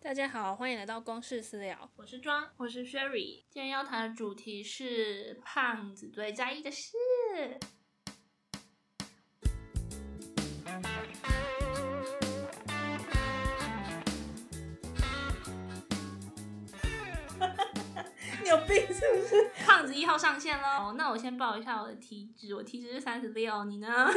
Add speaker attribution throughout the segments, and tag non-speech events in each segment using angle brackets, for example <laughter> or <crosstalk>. Speaker 1: 大家好，欢迎来到公事私聊。
Speaker 2: 我是庄，我是 Sherry。今天要谈的主题是胖子最在意的事。
Speaker 3: 你有病是不是？ <laughs>
Speaker 2: 胖子一号上线喽！哦那我先报一下我的体脂，我体脂是三十六，你呢？
Speaker 3: 啊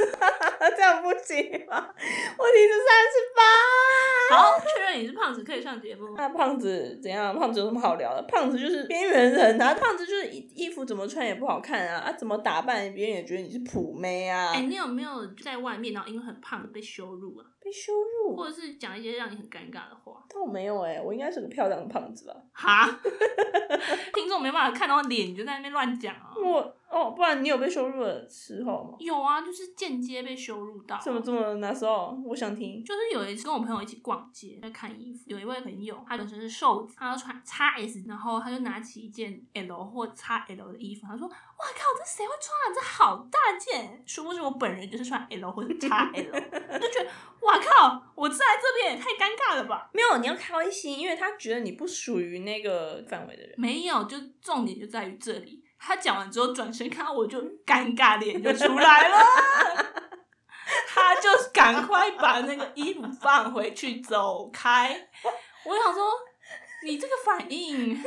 Speaker 3: 这样不行吧？我体脂三十八。
Speaker 2: <laughs> 好，确认你是胖子可以上节目。
Speaker 3: 那胖子怎样？胖子有什么好聊的？胖子就是边缘人啊！胖子就是衣衣服怎么穿也不好看啊，啊怎么打扮别人也觉得你是普妹啊，
Speaker 2: <laughs> 哎、你有没有在外面然后因为很胖被羞辱啊，
Speaker 3: 被羞辱。
Speaker 2: 或者是讲一些让你很尴尬的话？
Speaker 3: 但我没有哎、我应该是个漂亮的胖子吧？
Speaker 2: 哈， <laughs> 听众没办法看到脸，你就在那边乱讲啊。
Speaker 3: 我哦，不然你有被羞辱的时候吗？
Speaker 2: 有啊，就是间接被羞辱到。啊
Speaker 3: 怎么怎么那时候？我想听。
Speaker 2: 就是有一次跟我朋友一起逛街，在看衣服，有一位朋友，他本身是瘦子，他要穿 x S，然后他就拿起一件 L 或 x L 的衣服，他说：“哇靠，这谁会穿啊？这好大件！”殊不知我本人就是穿 L 或者 x L，我就觉得哇靠，我站在这边也太尴尬了吧？
Speaker 3: 没有，你要开心，因为他觉得你不属于那个范围的人。
Speaker 2: 没有，就重点就在于这里。他讲完之后转身看到我就尴尬脸就出来了， <laughs> 他就赶快把那个衣服放回去走开。我想说，你这个反
Speaker 3: <laughs>
Speaker 2: 应，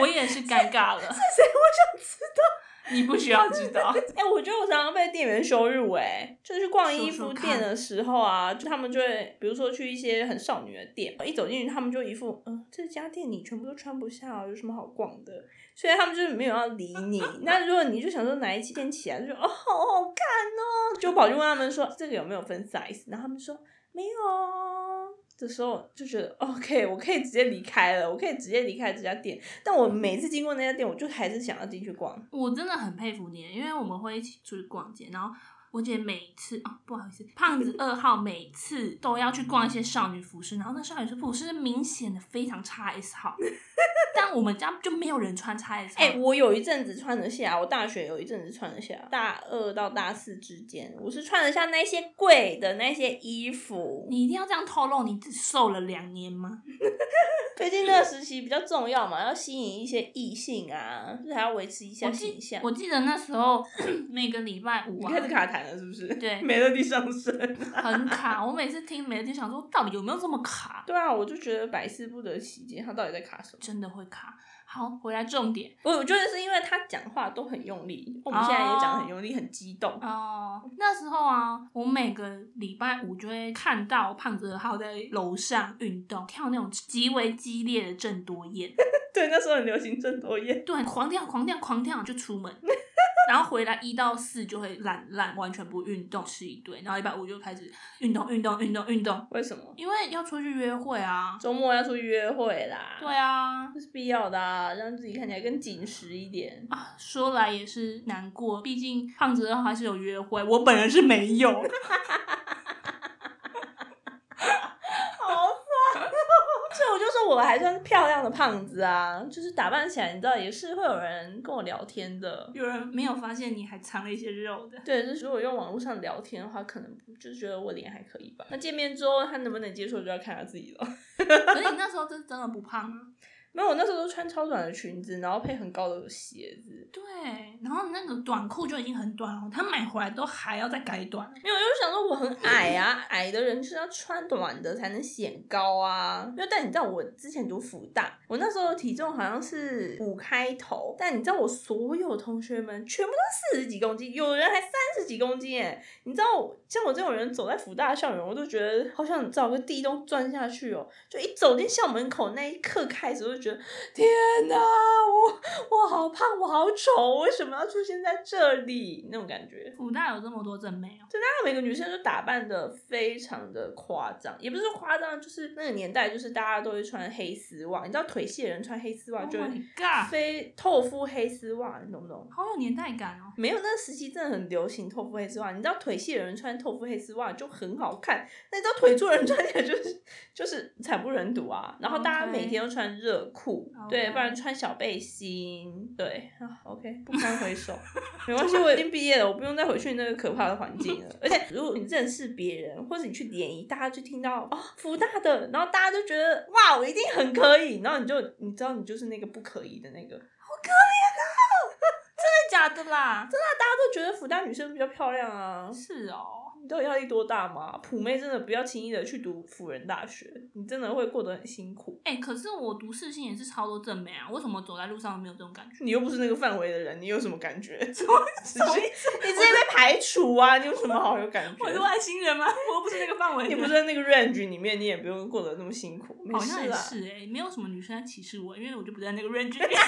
Speaker 2: 我也是尴尬了。
Speaker 3: 谁？我想知道。
Speaker 2: 你不需要知
Speaker 3: <laughs>
Speaker 2: 道，
Speaker 3: 哎、我觉得我常常被店员羞辱、哎，就是逛衣
Speaker 2: 说
Speaker 3: 服
Speaker 2: 说看
Speaker 3: 店的时候啊，就他们就会，比如说去一些很少女的店，一走进去，他们就一副，嗯、这家店你全部都穿不下、啊，有什么好逛的？所以他们就是没有要理你。 <laughs> 那如果你就想说哪一天起来，就说哦，好好看哦，就跑去问他们说这个有没有分 size，然后他们说没有哦。这时候就觉得 OK，我可以直接离开了，我可以直接离开这家店。但我每次经过那家店，我就还是想要进去逛。
Speaker 2: 我真的很佩服你，因为我们会一起出去逛街，然后。我姐每一次啊、不好意思，胖子二号每次都要去逛一些少女服饰，然后那少女服饰明显的非常 x S 号， <laughs> 但我们家就没有人穿 x S 号。
Speaker 3: 哎、我有一阵子穿得下，我大学有一阵子穿得下，大二到大四之间，我是穿得下那些贵的那些衣服。
Speaker 2: 你一定要这样透露你只瘦了两年吗？
Speaker 3: 最近这个时期比较重要嘛，要吸引一些异性啊，就是还要维持一下
Speaker 2: 我记
Speaker 3: 形象。
Speaker 2: 我记得那时候 <coughs> 每个礼拜五
Speaker 3: 你
Speaker 2: 啊，
Speaker 3: 开始卡痰了是不是？
Speaker 2: 对
Speaker 3: <laughs> 没了地上升。
Speaker 2: 很卡。我每次听每天想说，到底有没有这么卡？
Speaker 3: <laughs> 对啊，我就觉得百思不得其解，他到底在卡什么？
Speaker 2: 真的会卡。好，回来重点
Speaker 3: 我我觉得是因为他讲话都很用力，我们现在也讲得很用力，很激动。
Speaker 2: 哦、那时候啊，我每个礼拜五就会看到胖子二号在楼上运动，跳那种极为激烈的郑多燕，
Speaker 3: <laughs> 对，那时候很流行郑多燕。
Speaker 2: 对，狂跳狂跳狂跳就出门，然后回来一到四就会懒懒，完全不运动，吃一堆，然后礼拜五就开始运动运动运动运动，
Speaker 3: 为什么？
Speaker 2: 因为要出去约会啊。
Speaker 3: 周末要出去约会啦。
Speaker 2: 对啊，
Speaker 3: 这是必要的啊，让自己看起来更紧实一点。
Speaker 2: 啊，说来也是难过，毕竟胖子二号还是有约会，我本人是没有。 <laughs>
Speaker 3: 所以我就说我还算是漂亮的胖子啊，就是打扮起来，你知道也是会有人跟我聊天的。
Speaker 2: 有人没有发现你还藏了一些肉的？
Speaker 3: 对，就是如果用网络上聊天的话，可能就觉得我脸还可以吧。那见面之后，他能不能接受，就要看他自己了。 <laughs>
Speaker 2: 可是你那时候真真的不胖啊。
Speaker 3: 没有，我那时候都穿超短的裙子，然后配很高的鞋子。
Speaker 2: 对，然后那个短裤就已经很短了，他买回来都还要再改短。
Speaker 3: 没有，因为我想说我很矮啊，矮的人就是要穿短的才能显高啊。因为但你知道我之前读福大，我那时候的体重好像是五开头，但你知道我所有同学们全部都四十几公斤，有人还三十几公斤哎。你知道我像我这种人走在福大校园，我都觉得好想找个地洞钻下去哦。就一走进校门口那一刻开始，我就觉得天哪，我我好胖，我好丑，为什么要出现在这里？那种感觉。
Speaker 2: 福大有这么多正妹哦，
Speaker 3: 那每个女生都打扮的非常的夸张，也不是说夸张，就是那个年代，就是大家都会穿黑丝袜，你知道腿细的人穿黑丝袜
Speaker 2: Oh
Speaker 3: 就
Speaker 2: my
Speaker 3: 会
Speaker 2: god，
Speaker 3: 非透肤黑丝袜，你懂不懂？
Speaker 2: 好有年代感哦。
Speaker 3: 没有，那个时期真的很流行透肤黑丝袜，你知道腿细的人穿透肤黑丝袜就很好看，那你知道腿粗的人穿起来就是就是惨不忍睹啊。然后大家
Speaker 2: OK
Speaker 3: 每天都穿热裤
Speaker 2: OK
Speaker 3: 对，不然穿小背心，对啊，OK，不堪
Speaker 2: <laughs>
Speaker 3: 回首，没关系，我已经毕业了，我不用再回去那个可怕的环境了。而且如果你认识别人，或者你去联谊，大家就听到哦福大的，然后大家就觉得哇，我一定很可以，然后你就你知道你就是那个不可以的那个，
Speaker 2: 真的假的啦？真
Speaker 3: 大家都觉得福大女生比较漂亮啊
Speaker 2: 的。是哦，
Speaker 3: 你到底压力多大嘛？普妹真的不要轻易的去读辅仁大学，你真的会过得很辛苦。
Speaker 2: 哎、可是我读世新也是超多正妹啊，为什么走在路上没有这种感觉？
Speaker 3: 你又不是那个范围的人，你有什么感觉？ <laughs> 什么直接你直接被排除啊！你有什么好有感觉
Speaker 2: 我？是外星人吗？我又不是那个范围的
Speaker 3: 你
Speaker 2: 人，
Speaker 3: 不是在那个 range 里面，你也不用过得那么辛苦，没
Speaker 2: 好像
Speaker 3: 事
Speaker 2: 也
Speaker 3: 啦。
Speaker 2: 是哎、没有什么女生在歧视我，因为我就不在那个 range 里面。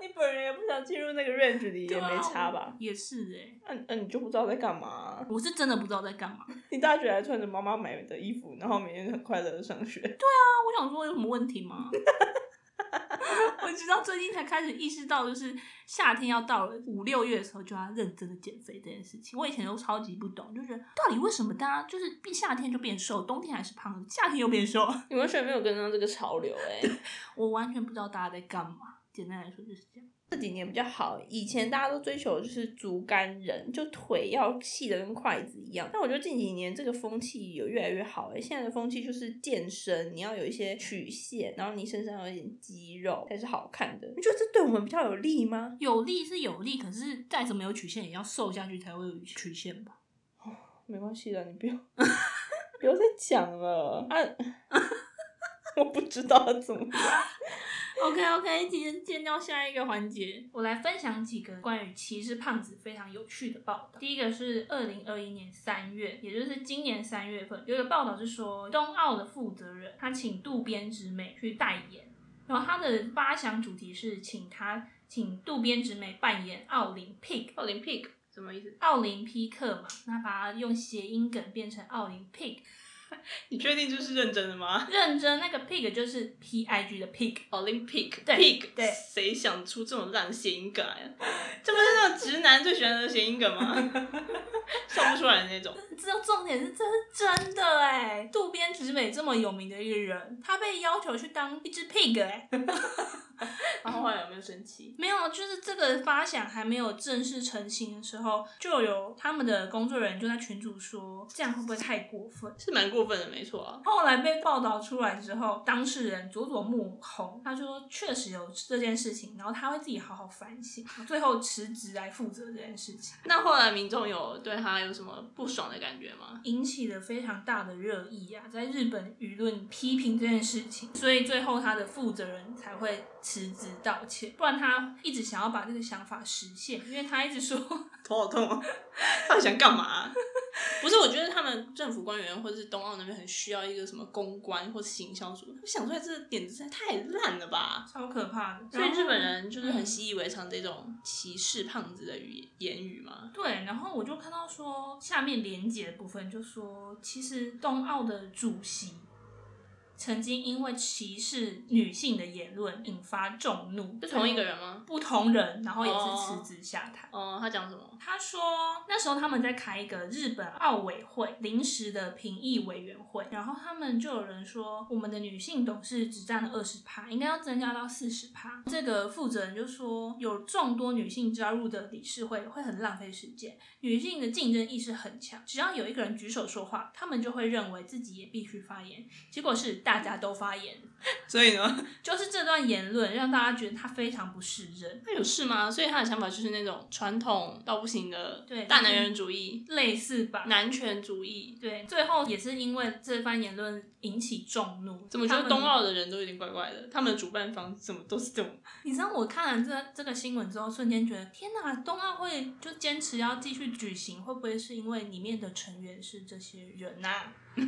Speaker 3: 你本人也不想进入那个 range 里，也
Speaker 2: 对啊
Speaker 3: 没差吧？
Speaker 2: <laughs> 也是哎、
Speaker 3: 那那、你就不知道在干嘛、啊
Speaker 2: 我是真的不知道在干嘛。啊，
Speaker 3: 你大学还穿着妈妈买的衣服，然后每天很快乐的上学。 <laughs>
Speaker 2: 我想说有什么问题吗？我直到最近才开始意识到，就是夏天要到了，五六月的时候就要认真的减肥这件事情。我以前都超级不懂，就觉得到底为什么大家就是变夏天就变瘦，冬天还是胖，夏天又变瘦，
Speaker 3: 你完全没有跟上这个潮流哎、
Speaker 2: <laughs> 我完全不知道大家在干嘛。简单来说就是这样。
Speaker 3: 这几年比较好，以前大家都追求就是竹竿人，就腿要细的跟筷子一样。但我觉得近几年这个风气有越来越好、欸，现在的风气就是健身，你要有一些曲线，然后你身上有一点肌肉才是好看的。你觉得这对我们比较有利吗？
Speaker 2: 有力是有力，可是再怎么有曲线，也要瘦下去才会有曲线吧？
Speaker 3: 没关系的，你不要 <laughs> 不要再讲了啊！ <laughs> 我不知道要怎么办。
Speaker 2: OK OK，今天进到下一个环节，我来分享几个关于歧视胖子非常有趣的报道。第一个是二零二一年三月，也就是今年三月份，有一个报道是说，冬奥的负责人他请渡边直美去代言，然后他的八项主题是请他请渡边直美扮演奥林匹克，奥林匹克什么意思？奥林匹克嘛，那把它用谐音梗变成奥林匹克。
Speaker 3: 你确定这是认真的吗
Speaker 2: 认真，那个 pig 就是 P I G 的 pig，
Speaker 3: ？Olympic
Speaker 2: 对 pig，对
Speaker 3: 谁想出这种烂的谐音梗来啊？ <laughs> 这不是那种直男最喜欢的谐音梗 <laughs> 吗？笑不出来的那种。
Speaker 2: 这重点是这是真的哎、渡边直美这么有名的一个人，他被要求去当一只 pig 哎、
Speaker 3: 然后后来有没有生气？
Speaker 2: <laughs> 没有，就是这个发想还没有正式成型的时候，就有他们的工作人员就在群组说，这样会不会太过分？
Speaker 3: 是蛮过分的，没错啊。
Speaker 2: 后来被报道出来之后，当事人佐佐木宏他说确实有这件事情，然后他会自己好好反省，最后辞职来负责这件事情。
Speaker 3: 那后来民众有对他有什么不爽的感觉吗？
Speaker 2: 引起了非常大的热议啊，在日本舆论批评这件事情，所以最后他的负责人才会辞职道歉，不然他一直想要把这个想法实现，因为他一直说 <laughs>
Speaker 3: 头好 <laughs> 痛啊！到底想干嘛、 <laughs> 不是，我觉得他们政府官员或者是冬奥那边很需要一个什么公关或行销组，他们想出来这个点子实在太烂了吧？
Speaker 2: 超可怕的，
Speaker 3: 所以
Speaker 2: 然后
Speaker 3: 日本人就是很习以为常这种歧视胖子的语言言语嘛。
Speaker 2: 对，然后我就看到说下面连结的部分就说，其实冬奥的主席曾经因为歧视女性的言论引发众怒，
Speaker 3: 是同一个人吗？
Speaker 2: 不同人，然后也
Speaker 3: 哦
Speaker 2: 是辞职下台。
Speaker 3: 哦、他讲什么？
Speaker 2: 他说那时候他们在开一个日本奥委会临时的评议委员会，然后他们就有人说我们的女性董事只占了二十趴，应该要增加到四十趴。这个负责人就说有众多女性加入的理事会会很浪费时间，女性的竞争意识很强，只要有一个人举手说话，他们就会认为自己也必须发言，结果是大家都发言。
Speaker 3: 所以呢，
Speaker 2: 就是这段言论让大家觉得他非常不是人，
Speaker 3: 他有事吗？所以他的想法就是那种传统到不行的
Speaker 2: 对
Speaker 3: 大男人主义、
Speaker 2: 类似吧？
Speaker 3: 男权主义，
Speaker 2: 对，最后也是因为这番言论引起众怒。
Speaker 3: 怎么觉
Speaker 2: 他
Speaker 3: 得
Speaker 2: 们
Speaker 3: 冬？奥的人都有点怪怪的？他们的主办方怎么都是这种？
Speaker 2: 你知道我看了这这个新闻之后，瞬间觉得天哪，冬奥会就坚持要继续举行，会不会是因为里面的成员是这些人啊呐、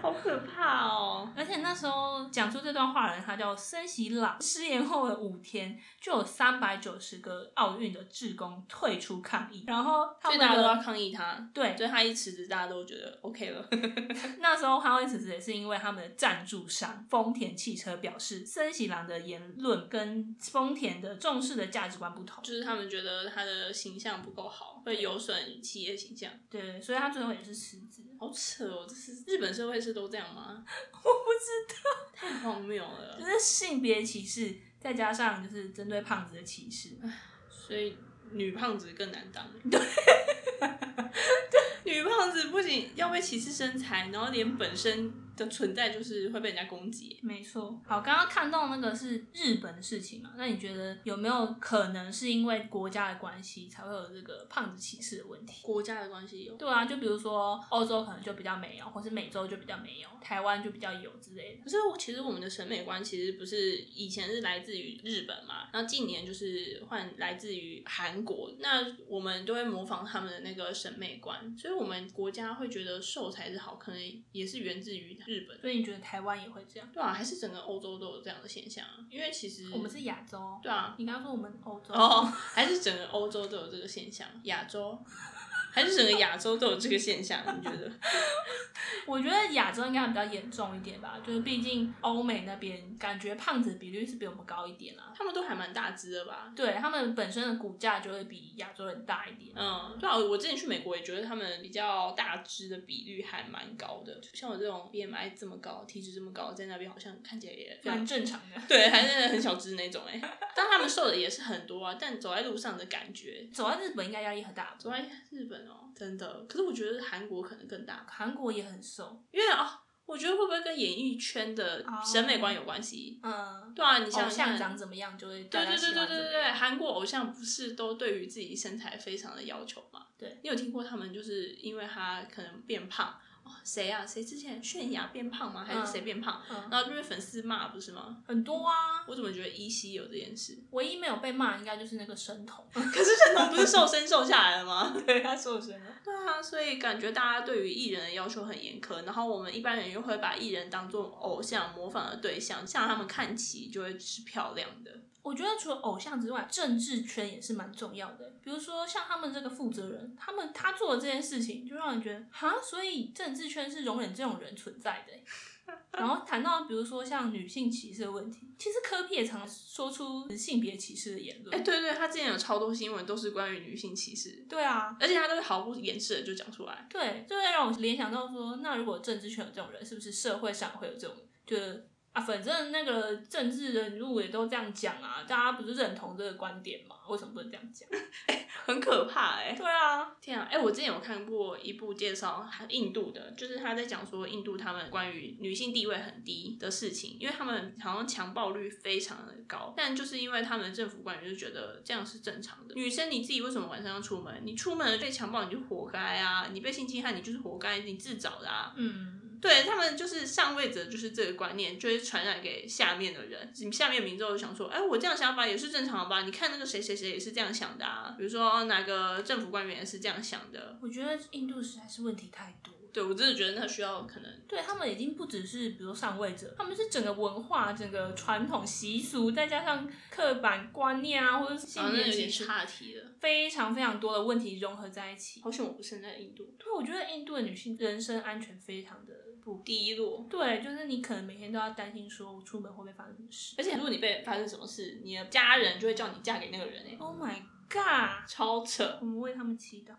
Speaker 3: 好可怕哦！
Speaker 2: 而且那时候讲出这段话的人，他叫森喜朗。失言后的五天，就有三百九十个奥运的志工退出抗议，然后他
Speaker 3: <laughs> 所以
Speaker 2: 们
Speaker 3: 大家都要
Speaker 2: 的
Speaker 3: 抗议他，
Speaker 2: 对，
Speaker 3: 所以他一辞职，大家都觉得 OK 了。 <laughs>
Speaker 2: 那时候他会辞职也是因为他们的赞助商丰田汽车表示，森喜朗的言论跟丰田的重视的价值观不同，
Speaker 3: 就是他们觉得他的形象不够好，会有损企业形象。
Speaker 2: 对，所以他最后也是辞职。
Speaker 3: 好扯哦！这是日本社会是都这样吗？
Speaker 2: <laughs> 我不知道，
Speaker 3: 太荒谬
Speaker 2: 就
Speaker 3: 了。
Speaker 2: 是性别歧视，再加上就是针对胖子的歧视，
Speaker 3: 所以女胖子更难当。对， <laughs> 女胖子不仅要被歧视身材，然后连本身的存在就是会被人家攻击。
Speaker 2: 没错。好，刚刚看到那个是日本的事情嘛，那你觉得有没有可能是因为国家的关系才会有这个胖子歧视的问题？
Speaker 3: 国家的关系有，
Speaker 2: 对啊，就比如说欧洲可能就比较没有，或是美洲就比较没有，台湾就比较有之类的。
Speaker 3: 可是我其实我们的审美观其实不是以前是来自于日本嘛，然后近年就是换来自于韩国，那我们都会模仿他们的那个审美观，所以我们国家会觉得瘦才是好，可能也是源自于日本。
Speaker 2: 所以你觉得台湾也会这样？
Speaker 3: 对啊，还是整个欧洲都有这样的现象啊，因为其实
Speaker 2: 我们是亚洲，
Speaker 3: 对啊，
Speaker 2: 你刚刚说我们欧洲
Speaker 3: 哦，还是整个欧洲都有这个现象，亚洲还是整个亚洲都有这个现象，你觉得？
Speaker 2: 我觉得亚洲应该比较严重一点吧，就是毕竟欧美那边感觉胖子比率是比我们高一点啦、
Speaker 3: 他们都还蛮大只的吧？
Speaker 2: 对他们本身的骨架就会比亚洲人大一点。
Speaker 3: 嗯，对啊，我之前去美国也觉得他们比较大只的比率还蛮高的，就像我这种 BMI 这么高、体脂这么高，在那边好像看起来也非
Speaker 2: 蛮 <laughs>
Speaker 3: 常
Speaker 2: 正常的。
Speaker 3: 对，还是很小只那种哎、但他们瘦的也是很多啊，但走在路上的感觉，
Speaker 2: 走在日本应该压力很大吧，
Speaker 3: 走在日本哦，真的。可是我觉得韩国可能更大，
Speaker 2: 韩国也很瘦，
Speaker 3: 因为哦，我觉得会不会跟演艺圈的
Speaker 2: 哦
Speaker 3: 审美观有关系？
Speaker 2: 嗯，
Speaker 3: 对啊，你
Speaker 2: 偶
Speaker 3: 想
Speaker 2: 像
Speaker 3: 想
Speaker 2: 长怎么样就会大
Speaker 3: 对
Speaker 2: 家
Speaker 3: 对对
Speaker 2: 喜
Speaker 3: 对
Speaker 2: 欢
Speaker 3: 对
Speaker 2: 怎
Speaker 3: 对
Speaker 2: 么
Speaker 3: 对，
Speaker 2: 样
Speaker 3: 韩国偶像不是都对于自己身材非常的要求吗？
Speaker 2: 对，
Speaker 3: 你有听过他们就是因为他可能变胖哦，谁啊？谁之前泫雅变胖吗？还
Speaker 2: 嗯
Speaker 3: 是谁变胖？
Speaker 2: 嗯，
Speaker 3: 然后就被粉丝骂，不是吗？
Speaker 2: 很多啊。
Speaker 3: 我怎么觉得依稀有这
Speaker 2: <laughs>
Speaker 3: 件事？
Speaker 2: 唯一没有被骂应该就是那个神
Speaker 3: <laughs>
Speaker 2: 童，
Speaker 3: 可是沈腾不是瘦身瘦下来了吗？ <laughs>
Speaker 2: 对他瘦身了。
Speaker 3: 对啊，所以感觉大家对于艺人的要求很严苛，然后我们一般人又会把艺人当做偶像模仿的对象，向他们看齐就会是漂亮的。
Speaker 2: 我觉得除了偶像之外，政治圈也是蛮重要的。比如说像他们这个负责人，他们他做的这件事情，就让人觉得哈，所以政治圈是容忍这种人存在的欸。然后谈到比如说像女性歧视的问题，其实科比也常说出性别歧视的言论。
Speaker 3: 哎、对对，他之前有超多新闻都是关于女性歧视，
Speaker 2: 对啊，
Speaker 3: 而且他都是毫不掩饰的就讲出来。
Speaker 2: 对，就会让我联想到说，那如果政治圈有这种人，是不是社会上会有这种人？就是啊，反正那个政治人物也都这样讲啊，大家不是认同这个观点嘛？为什么不能这样
Speaker 3: <laughs>
Speaker 2: 讲？
Speaker 3: 很可怕哎、
Speaker 2: 对啊，
Speaker 3: 天啊，哎、我之前有看过一部介绍印度的，就是他在讲说印度他们关于女性地位很低的事情，因为他们好像强暴率非常的高，但就是因为他们的政府官员就觉得这样是正常的。女生你自己为什么晚上要出门？你出门了被强暴你就活该啊，你被性侵害你就是活该，你自找的啊。
Speaker 2: 嗯，
Speaker 3: 对他们就是上位者，就是这个观念，就会传染给下面的人。你下面民众就想说，哎，我这样想法也是正常的吧？你看那个谁谁谁也是这样想的啊，比如说哦哪个政府官员也是这样想的。
Speaker 2: 我觉得印度实在是问题太多了。
Speaker 3: 对我真的觉得那需要可能
Speaker 2: 对他们已经不只是比如上位者，他们是整个文化、整个传统习俗，再加上刻板观念啊，或者是性
Speaker 3: 好像
Speaker 2: 别
Speaker 3: 有
Speaker 2: 歧
Speaker 3: 点
Speaker 2: 视，
Speaker 3: 岔题了。
Speaker 2: 非常非常多的问题融合在一起。
Speaker 3: 好险我不是在印度
Speaker 2: 对，我觉得印度的女性人身安全非常的不低。
Speaker 3: 低落，
Speaker 2: 对，就是你可能每天都要担心说，我出门会不会发生什么事。
Speaker 3: 而且如果你被发生什么事，你的家人就会叫你嫁给那个人哎、
Speaker 2: Oh my god！
Speaker 3: 超扯。
Speaker 2: 我们为他们祈祷。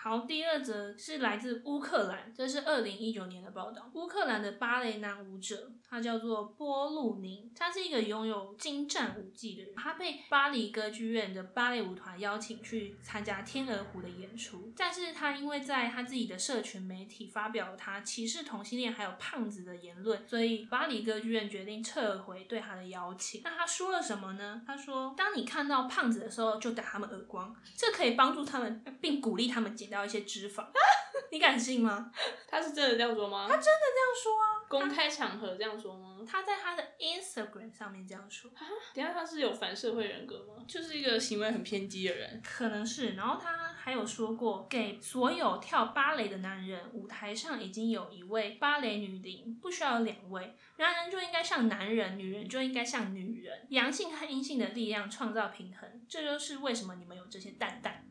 Speaker 2: 好，第二则是来自乌克兰，这是二零一九年的报道。乌克兰的芭蕾男舞者，他叫做波路宁，他是一个拥有精湛舞技的人。他被巴黎歌剧院的芭蕾舞团邀请去参加天鹅湖的演出，但是他因为在他自己的社群媒体发表他歧视同性恋还有胖子的言论，所以巴黎歌剧院决定撤回对他的邀请。那他说了什么呢？他说：“当你看到胖子的时候，就打他们耳光，这可以帮助他们，并鼓励他们减掉一些脂肪。 <laughs> 你敢信吗？
Speaker 3: 他是真的这样说吗？他真的
Speaker 2: 这样说啊，
Speaker 3: 公开场合这样说吗？
Speaker 2: 他在他的 Instagram 上面这样说，
Speaker 3: 等一下他是有反社会人格吗？就是一个行为很偏激的人。
Speaker 2: 可能是。然后他还有说过，给所有跳芭蕾的男人，舞台上已经有一位芭蕾女伶，不需要有两位。男人就应该像男人，女人就应该像女人。阳性和阴性的力量创造平衡，这就是为什么你们有这些蛋蛋。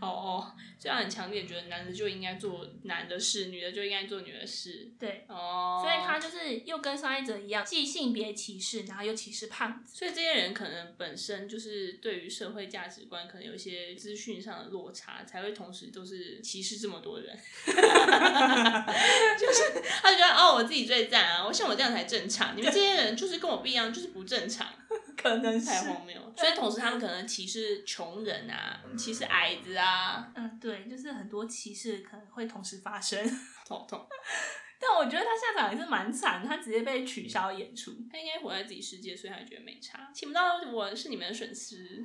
Speaker 3: 哦哦，这样很强烈觉得男的就应该做男的事，女的就应该做女的事。
Speaker 2: 对，
Speaker 3: 哦，
Speaker 2: 所以他就是是又跟上一则一样，既性别歧视，然后又歧视胖子。
Speaker 3: 所以这些人可能本身就是对于社会价值观可能有一些资讯上的落差，才会同时都是歧视这么
Speaker 2: <laughs>
Speaker 3: 多人。就是他觉得哦，我自己最赞啊，我像我这样才正常，你们这些人就是跟我不一样，就是不正常，
Speaker 4: <laughs> 可能
Speaker 3: 太荒谬了。所以同时他们可能歧视穷人啊，歧视矮子啊，
Speaker 2: 嗯，对，就是很多歧视可能会同时发生。 <laughs>
Speaker 3: 痛痛。
Speaker 2: 但我觉得他下场也是蛮惨的，他直接被取消演出。
Speaker 3: 他应该活在自己世界，所以他觉得没差。请不到我是你们的
Speaker 2: <laughs>
Speaker 3: 损失，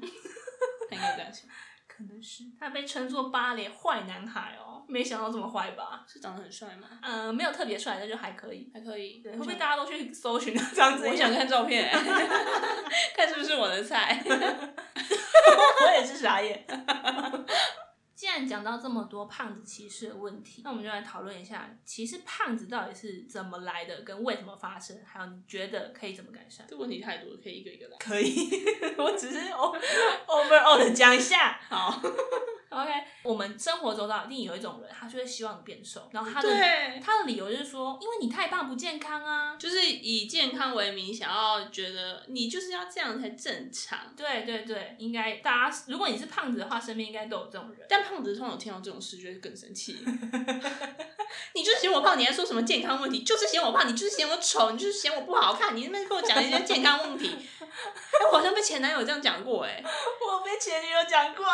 Speaker 3: 他应该这样想，
Speaker 2: 可能是他被称作芭蕾坏男孩哦，没想到这么坏吧？
Speaker 3: 是长得很帅吗？
Speaker 2: 嗯、没有特别帅，那就还可以。
Speaker 3: 还可以，
Speaker 2: 对，
Speaker 3: 我
Speaker 2: 会不会
Speaker 3: 想
Speaker 2: 大家都去搜寻 <laughs> 他这样子？
Speaker 3: 我想看照
Speaker 2: <laughs>
Speaker 3: 片、 <laughs> 看是不是我的菜。
Speaker 2: 我也是傻眼。 <laughs> 既然讲到这么多胖子歧视的问题，那我们就来讨论一下，其实胖子到底是怎么来的，跟为什么发生，还有你觉得可以怎么改善？
Speaker 3: 这问题太多了，可以一个一个来。
Speaker 2: 可以， <laughs> 我只是 o- <laughs> overall 的讲一下。
Speaker 3: 好，
Speaker 2: OK，我们生活周到一定有一种人，他就会希望你变瘦，然后他的
Speaker 3: 对，
Speaker 2: 他的理由就是说，因为你太胖不健康啊。
Speaker 3: 就是以健康为名，想要觉得你就是要这样才正常。
Speaker 2: 对对对，应该大家，如果你是胖子的话，身边应该都有这种人。
Speaker 3: 但胖子通常听到这种事就会更生气。 <laughs> 你就是嫌我胖，你还说什么健康问题？就是嫌我胖，你就是嫌我丑，你就是嫌我不好看，你那边跟我讲一些健康问题。哎、我好像被前男友这样讲过、哎，
Speaker 2: 我被前女友讲过，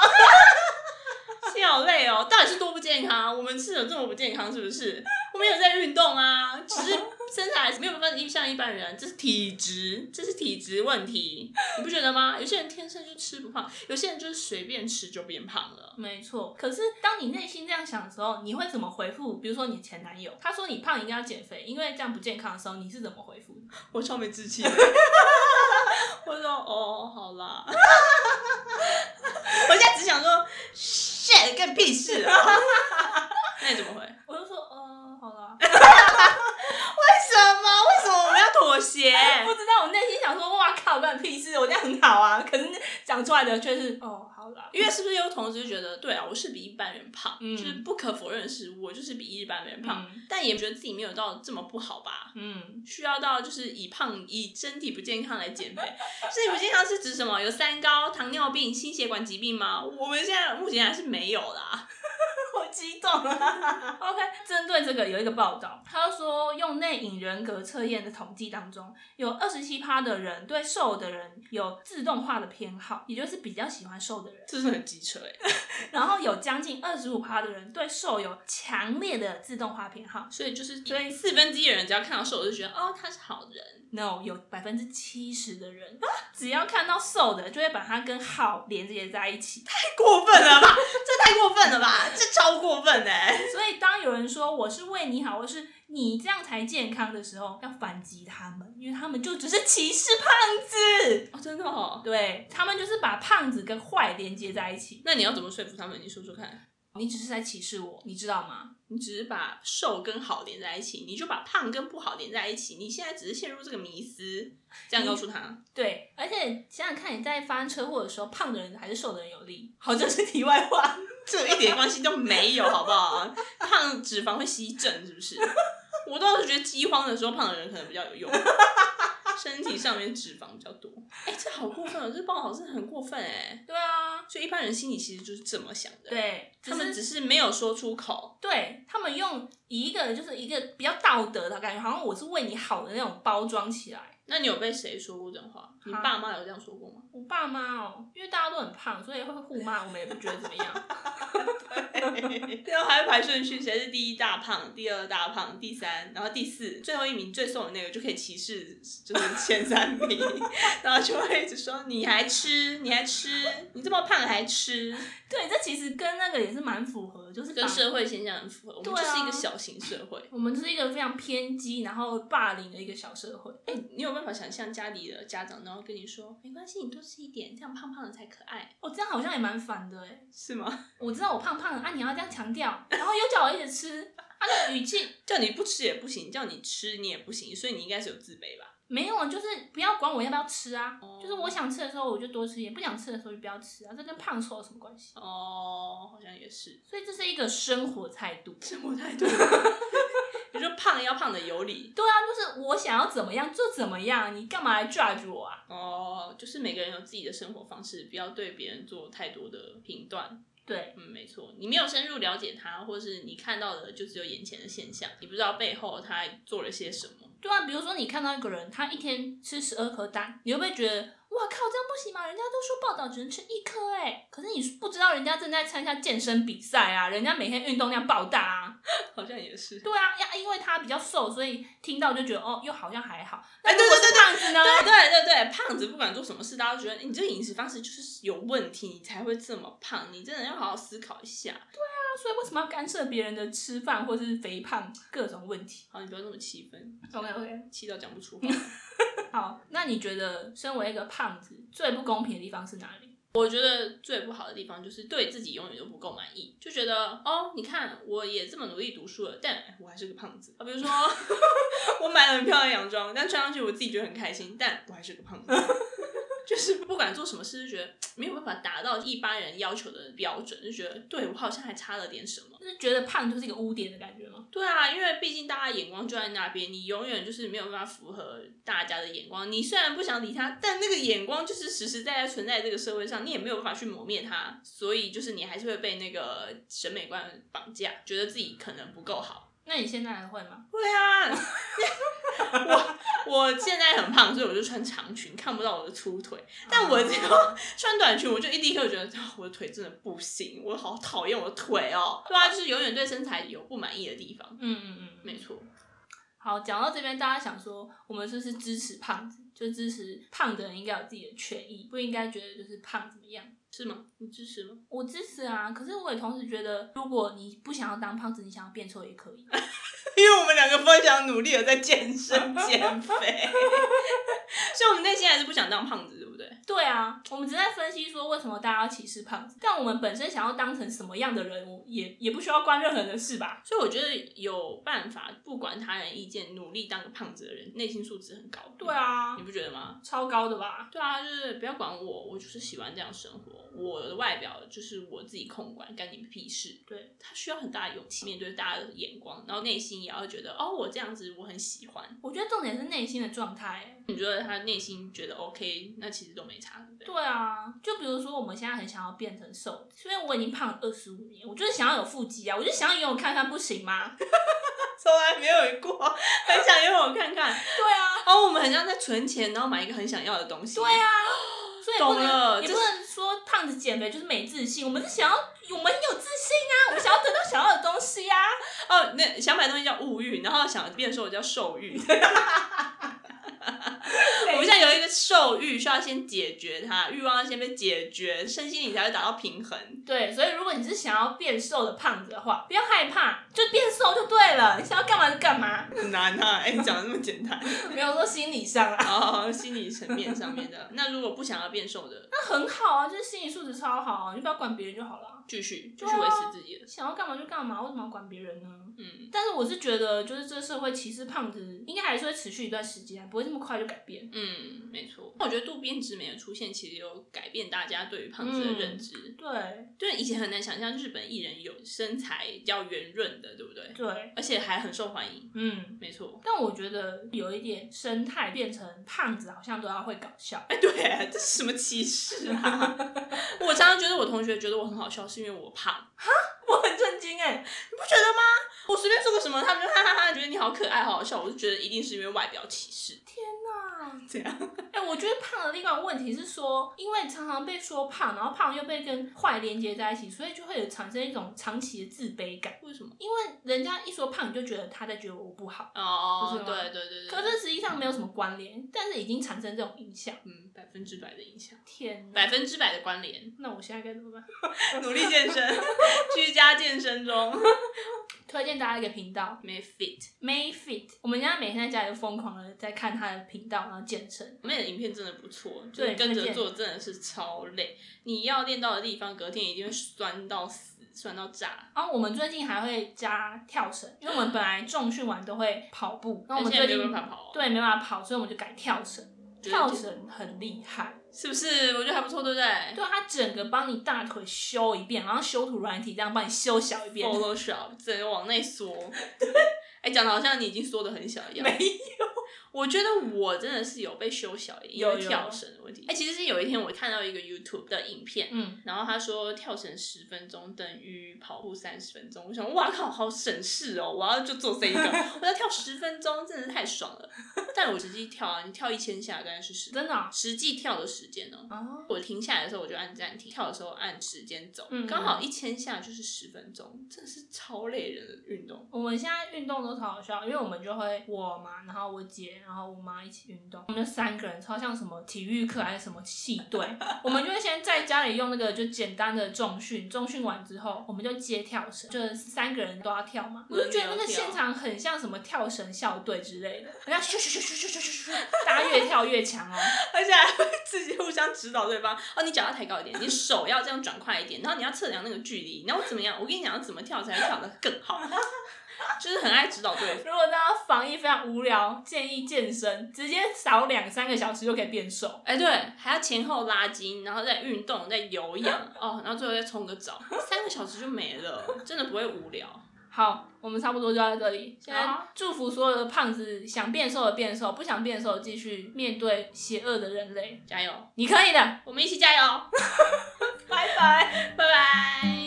Speaker 3: 心好累哦，到底是多不健康啊？我们是有这么不健康是不是？我们有在运动啊，只是身材没有办法像一般人，啊这是体质，这是体质问题，你不觉得吗？有些人天生就吃不胖，有些人就是随便吃就变胖了。
Speaker 2: 没错。可是当你内心这样想的时候，你会怎么回复？比如说你前男友，他说你胖，你应该要减肥，因为这样不健康的时候，你是怎么回复的？
Speaker 3: 我超没志气的， <laughs> 我说哦，好啦， <laughs> 我现在只想说 shit 干屁事啊！ <laughs> 那你怎么回？
Speaker 2: 我就说，呃，好 <laughs> 啦，
Speaker 3: 什么？为什么我们要妥协？
Speaker 2: 不知道。我内心想说，哇靠，关你屁事，我这样很好啊。可是讲出来的却是，哦，好啦。
Speaker 3: 因为是不是又同时觉得，对啊，我是比一般人胖，
Speaker 2: 嗯
Speaker 3: 就是不可否认的是我就是比一般人胖，
Speaker 2: 嗯
Speaker 3: 但也觉得自己没有到这么不好吧。
Speaker 2: 嗯，
Speaker 3: 需要到就是以胖以身体不健康来减肥，身体不健康是指什么？有三高、糖尿病、心血管疾病吗？我们现在目前还是没有啦。
Speaker 2: <laughs> 我激动了。OK，针 <laughs> 对这个有一个报道，他说用内隐人格测验的统计当中，有二十七趴的人对瘦的人有自动化的偏好，也就是比较喜欢瘦的人。
Speaker 3: 这是很机车哎、
Speaker 2: 然后有将近二十五趴的人对瘦有强烈的自动化偏好
Speaker 3: 所以就是所以四分之一的人只要看到瘦，我就觉得哦他是好人，
Speaker 2: ，no，有百分之七十的人、啊只要看到瘦的，就会把它跟好连接在一起。
Speaker 3: 太 <laughs> 过分了吧？这太过分了吧？这超过分哎、
Speaker 2: 所以当有人说我是为你好，或是你这样才健康的时候，要反击他们，因为他们就只是歧视胖子，
Speaker 3: 哦，真的哦。
Speaker 2: 对他们就是把胖子跟坏连接在一起。
Speaker 3: 那你要怎么说服他们？你说说看。
Speaker 2: 你只是在歧视我，你知道吗？
Speaker 3: 你只是把瘦跟好连在一起，你就把胖跟不好连在一起。你现在只是陷入这个迷思，这样告诉他，
Speaker 2: 对，而且想想看，你在发生车祸的时候，胖的人还是瘦的人有利？好，这是题外话。
Speaker 3: 这一点关系都没有，好不好？胖脂肪会吸震，是不是？我倒是觉得饥荒的时候，胖的人可能比较有用，身体上面脂肪比较多。哎、这好过分哦！这报道真的很过分哎、
Speaker 2: 对啊，
Speaker 3: 所以一般人心里其实就是这么想的，，
Speaker 2: 对，
Speaker 3: 他
Speaker 2: 他
Speaker 3: 们
Speaker 2: 们
Speaker 3: 只是没有说出口。
Speaker 2: 对他们用一个就是一个比较道德的感觉，好像我是为你好的那种包装起来。
Speaker 3: 那你有被谁说过这种话？你
Speaker 2: 啊
Speaker 3: 爸妈有这样说过吗？
Speaker 2: 我爸妈哦，因为大家都很胖，所以会互骂，我们也不觉得怎么样。
Speaker 3: 然后还会排顺序，谁是第一大胖，第二大胖，第三，然后第四，最后一名最瘦的那个就可以歧视，就是前三名， <laughs> 然后就会一直说你还吃，你还吃，你这么胖还吃，
Speaker 2: 对，这其实跟那个也是蛮符合，就是
Speaker 3: 跟
Speaker 2: 把
Speaker 3: 社会现象很符合。我们
Speaker 2: 对
Speaker 3: 就
Speaker 2: 啊
Speaker 3: 是一个小型社会。
Speaker 2: 我们就是一个非常偏激，然后霸凌的一个小社会。
Speaker 3: 哎、你有办法想象家里的家长，然后跟你说哎没关系，你多吃一点，这样胖胖的才可爱，
Speaker 2: 哦，这样好像也蛮反的哎。
Speaker 3: 是吗？
Speaker 2: 我知道我胖胖的啊，你要这样强调，然后又叫我一直吃，他的语气
Speaker 3: 叫你不吃也不行，叫你吃你也不行，所以你应该是有自卑吧？
Speaker 2: 没有，啊就是不要管我要不要吃啊，
Speaker 3: 哦
Speaker 2: 就是我想吃的时候我就多吃一点，不想吃的时候就不要吃啊，这跟胖瘦有什么关系？
Speaker 3: 哦，好像也是。 <laughs>
Speaker 2: 所以这是一个生活态度，
Speaker 3: 生活态度，你就胖要胖的有理
Speaker 2: 对啊，就是我想要怎么样就怎么样，你干嘛来 judge 我啊？
Speaker 3: 哦，就是每个人有自己的生活方式，不要对别人做太多的评断。
Speaker 2: 对，
Speaker 3: 嗯，没错，你没有深入了解他，或是你看到的就只有眼前的现象，你不知道背后他做了些什么。
Speaker 2: 对啊，比如说你看到一个人，他一天吃十二颗蛋，你会不会觉得哇靠，这样不行吗？人家都说报道只能吃一颗哎、可是你不知道人家正在参加健身比赛啊，人家每天运动量爆大啊。
Speaker 3: 好像也是，
Speaker 2: 对啊，呀，因为他比较瘦，所以听到就觉得哦，又好像还好。那
Speaker 3: 哎
Speaker 2: 如
Speaker 3: 对
Speaker 2: 果
Speaker 3: 对
Speaker 2: 是胖子呢？
Speaker 3: 对对对对，胖子不管做什么事，大家都觉得你这个饮食方式就是有问题，你才会这么胖。你真的要好好思考一下。
Speaker 2: 那啊所以为什么要干涉别人的吃饭或是肥胖各种问题
Speaker 3: 好，你不要这么气愤，
Speaker 2: ？OK OK，
Speaker 3: 气到讲不出话来。
Speaker 2: 好，那你觉得身为一个胖子，最不公平的地方是哪里？
Speaker 3: 我觉得最不好的地方就是对自己永远都不够满意，就觉得哦，你看我也这么努力读书了，但哎我还是个胖子啊。比如说， <laughs> 我买了很漂亮的洋装，但穿上去我自己觉得很开心，但我还是个胖子。 <laughs> 就是不管做什么事，就觉得没有办法达到一般人要求的标准，就觉得对我好像还差了点什么。
Speaker 2: 就是觉得胖就是一个污点的感觉吗？
Speaker 3: 对啊，因为毕竟大家眼光就在那边，你永远就是没有办法符合大家的眼光。你虽然不想理他，但那个眼光就是实实在在存在这个社会上，你也没有办法去磨灭它，所以就是你还是会被那个审美观绑架，觉得自己可能不够好。
Speaker 2: 那你现在还会吗？
Speaker 3: 对啊， <laughs> 我我现在很胖，所以我就穿长裙，看不到我的粗腿。但
Speaker 2: 啊
Speaker 3: 我只要穿短裙，我就一立刻觉得、啊我的腿真的不行，我好讨厌我的腿哦。对啊，就是永远对身材有不满意的地方。
Speaker 2: 嗯嗯嗯，
Speaker 3: 没错。
Speaker 2: 好，讲到这边，大家想说，我们是不是支持胖子？就支持胖的人应该有自己的权益，不应该觉得就是胖怎么样。
Speaker 3: 是吗？你支持吗？
Speaker 2: 我支持啊，可是我也同时觉得，如果你不想要当胖子，你想要变瘦也可以。
Speaker 3: <laughs>
Speaker 2: <laughs>
Speaker 3: 因为我们两个非常努力的在健 <laughs> 身减肥，所以我们内心还是不想当胖子，对不对？
Speaker 2: 对啊，我们只是在分析说为什么大家要歧视胖子，但我们本身想要当成什么样的人，我也也不需要关任何人的事吧。
Speaker 3: 所以我觉得有办法不管他人意见，努力当个胖子的人，内心素质很高。
Speaker 2: 对，啊
Speaker 3: 你，不觉得吗？
Speaker 2: 超高的吧？
Speaker 3: 对啊，就是不要管我，我就是喜欢这样生活，我的外表就是我自己控管，干你屁事。
Speaker 2: 对，
Speaker 3: 他需要很大的勇气面对大家的眼光，然后内心也要觉得哦，我这样子我很喜欢。
Speaker 2: 我觉得重点是内心的状态。
Speaker 3: 你觉得他内心觉得 OK，那其实都没差，对不对？
Speaker 2: 对啊，就比如说我们现在很想要变成瘦，因为我已经胖了二十五年，我就是想要有腹肌啊，我就想要游泳看看，不行吗？ <laughs>
Speaker 3: <laughs> 从来没有过，很想游泳看看。
Speaker 2: 对啊，
Speaker 3: 哦，我们很像在存钱，然后买一个很想要的东西。
Speaker 2: 对，啊，所以不
Speaker 3: 懂了
Speaker 2: 能也
Speaker 3: 这
Speaker 2: 不能说胖子减肥就是没自信，我们是想要我们有自信啊，我们想要得到想要的东 <laughs> 西啊。
Speaker 3: 哦，那想买东西叫物欲，然后想变瘦叫兽欲。 <laughs> 我们现在有一个兽欲，需要先解决它，欲望要先被解决，身心灵才会达到平衡。
Speaker 2: 对，所以如果你是想要变瘦的胖子的话，不要害怕，就变瘦就对了，你想要干嘛就干嘛，
Speaker 3: 很难啊！哎、你讲的那么简单。
Speaker 2: <laughs> 没有说心理上啊，
Speaker 3: 哦，心理层面上面的。那如果不想要变瘦的，
Speaker 2: 那很好啊，就是心理素质超好啊，你就不要管别人就好了啊。
Speaker 3: 继续继
Speaker 2: 对
Speaker 3: 续
Speaker 2: 啊
Speaker 3: 维持自己的。
Speaker 2: 想要干嘛就干嘛，为什么要管别人呢？
Speaker 3: 嗯
Speaker 2: 但是我是觉得，就是这社会歧视胖子，应该还是会持续一段时间，不会这么快就改变。
Speaker 3: 嗯，没错。我觉得渡边直美的出现，其实有改变大家对于胖子的认知。
Speaker 2: 对
Speaker 3: 对，以前很难想象日本艺人有身材比较圆润的，对不对？
Speaker 2: 对，
Speaker 3: 而且还很受欢迎，
Speaker 2: 嗯。
Speaker 3: 没错。
Speaker 2: 但我觉得有一点生态变成胖子，好像都要会搞笑。 <laughs>
Speaker 3: 哎，对，这是什么歧视啊？ <laughs> 我常常觉得我同学觉得我很好笑，是因为我胖，
Speaker 2: 我很震惊哎、
Speaker 3: 你不觉得吗？我随便说个什么，他们就哈哈哈，觉得你好可爱，好好笑。我就觉得一定是因为外表歧视，
Speaker 2: 啊，
Speaker 3: 这样。
Speaker 2: 哎、我觉得胖的另外一个问题是说，因为常常被说胖，然后胖又被跟坏连接在一起，所以就会有产生一种长期的自卑感。
Speaker 3: 为什么？
Speaker 2: 因为人家一说胖，你就觉得他在觉得我不好，不
Speaker 3: 哦，
Speaker 2: 是吗
Speaker 3: 对对对对。
Speaker 2: 可是实际上没有什么关联，但是已经产生这种影响。
Speaker 3: 嗯，百分之百的影响，
Speaker 2: 天哪
Speaker 3: 百！分之百的关联，
Speaker 2: 那我现在该怎么办？
Speaker 3: 努力健身， <laughs> 居家健身中。
Speaker 2: 推荐大家一个频道
Speaker 3: 没 fit，
Speaker 2: May Fit，我们家每天在家里就疯狂的在看他的频道，然后健身。
Speaker 3: 我们的影片真的不错，就
Speaker 2: 对
Speaker 3: 是跟
Speaker 2: 推
Speaker 3: 着
Speaker 2: 荐
Speaker 3: 做真的是超累。你要练到的地方，隔天一定会酸到死，酸到炸。
Speaker 2: 然后我们最近还会加跳绳，因为我们本来重训完都会跑步，那我们
Speaker 3: 但
Speaker 2: 最
Speaker 3: 现在
Speaker 2: 近
Speaker 3: 没有办法跑啊
Speaker 2: 对没办法跑，所以我们就改跳绳。
Speaker 3: 觉得
Speaker 2: 跳绳很厉害，
Speaker 3: 是不是？我觉得还不错，对不对
Speaker 2: 对啊它整个帮你大腿修一遍，然后修图软体这样帮你修小一遍。
Speaker 3: <laughs> ？Photoshop 整个往内缩。哎，讲的好像你已经缩的很小一样。
Speaker 4: 没
Speaker 3: <laughs> 我觉得我真的是有被修小，因
Speaker 4: 有
Speaker 3: 为
Speaker 4: 有
Speaker 3: 跳绳的问题。哎、其实是有一天我看到一个 YouTube 的影片，
Speaker 2: 嗯，
Speaker 3: 然后他说跳绳十分钟等于跑步三十分钟。我想，哇靠，好省事哦！我要就做
Speaker 2: <laughs>
Speaker 3: 这一个，我要跳十分钟，真的是太爽了。但我实际跳啊，你跳一千下大概是十，
Speaker 2: 真的啊
Speaker 3: 实际跳的时间哦。
Speaker 2: 哦
Speaker 3: 我停下来的时候，我就按暂停；跳的时候按时间走，
Speaker 2: 嗯
Speaker 3: 刚好一千下就是十分钟，真的是超累人的运动。
Speaker 2: 我们现在运动都超好笑，因为我们就会我嘛，然后我姐，然后我妈一起运动，我们就三个人，超像什么体育课还是什么系队，我们就会先在家里用那个就简单的重训，重训完之后，我们就接跳绳，就是三个人都要跳嘛，我就觉得那个现场很像什么跳绳校队之类的，好像咻咻咻咻咻咻咻咻，大家越跳越强哦，
Speaker 3: <laughs> 而且还会自己互相指导对方。哦，你脚要抬高一点，你手要这样转快一点，然后你要测量那个距离，你要怎么样？我跟你讲，要怎么跳才能跳得更好， <laughs> 就是很爱指导对方。
Speaker 2: 如果大家防疫非常无聊，建议健身，直接少两三个小时就可以变瘦。
Speaker 3: 哎，对，还要前后拉筋，然后再运动，再有氧哦，然后最后再冲个澡，三个小时就没了，真的不会无聊。
Speaker 2: 好，我们差不多就到这里。现在
Speaker 3: 好
Speaker 2: 祝福所有的胖子，想变瘦的变瘦，不想变瘦的继续面对邪恶的人类，
Speaker 3: 加油， <laughs>
Speaker 2: 你可以的。
Speaker 3: 我们一起加油，
Speaker 4: 拜拜。
Speaker 3: 拜拜。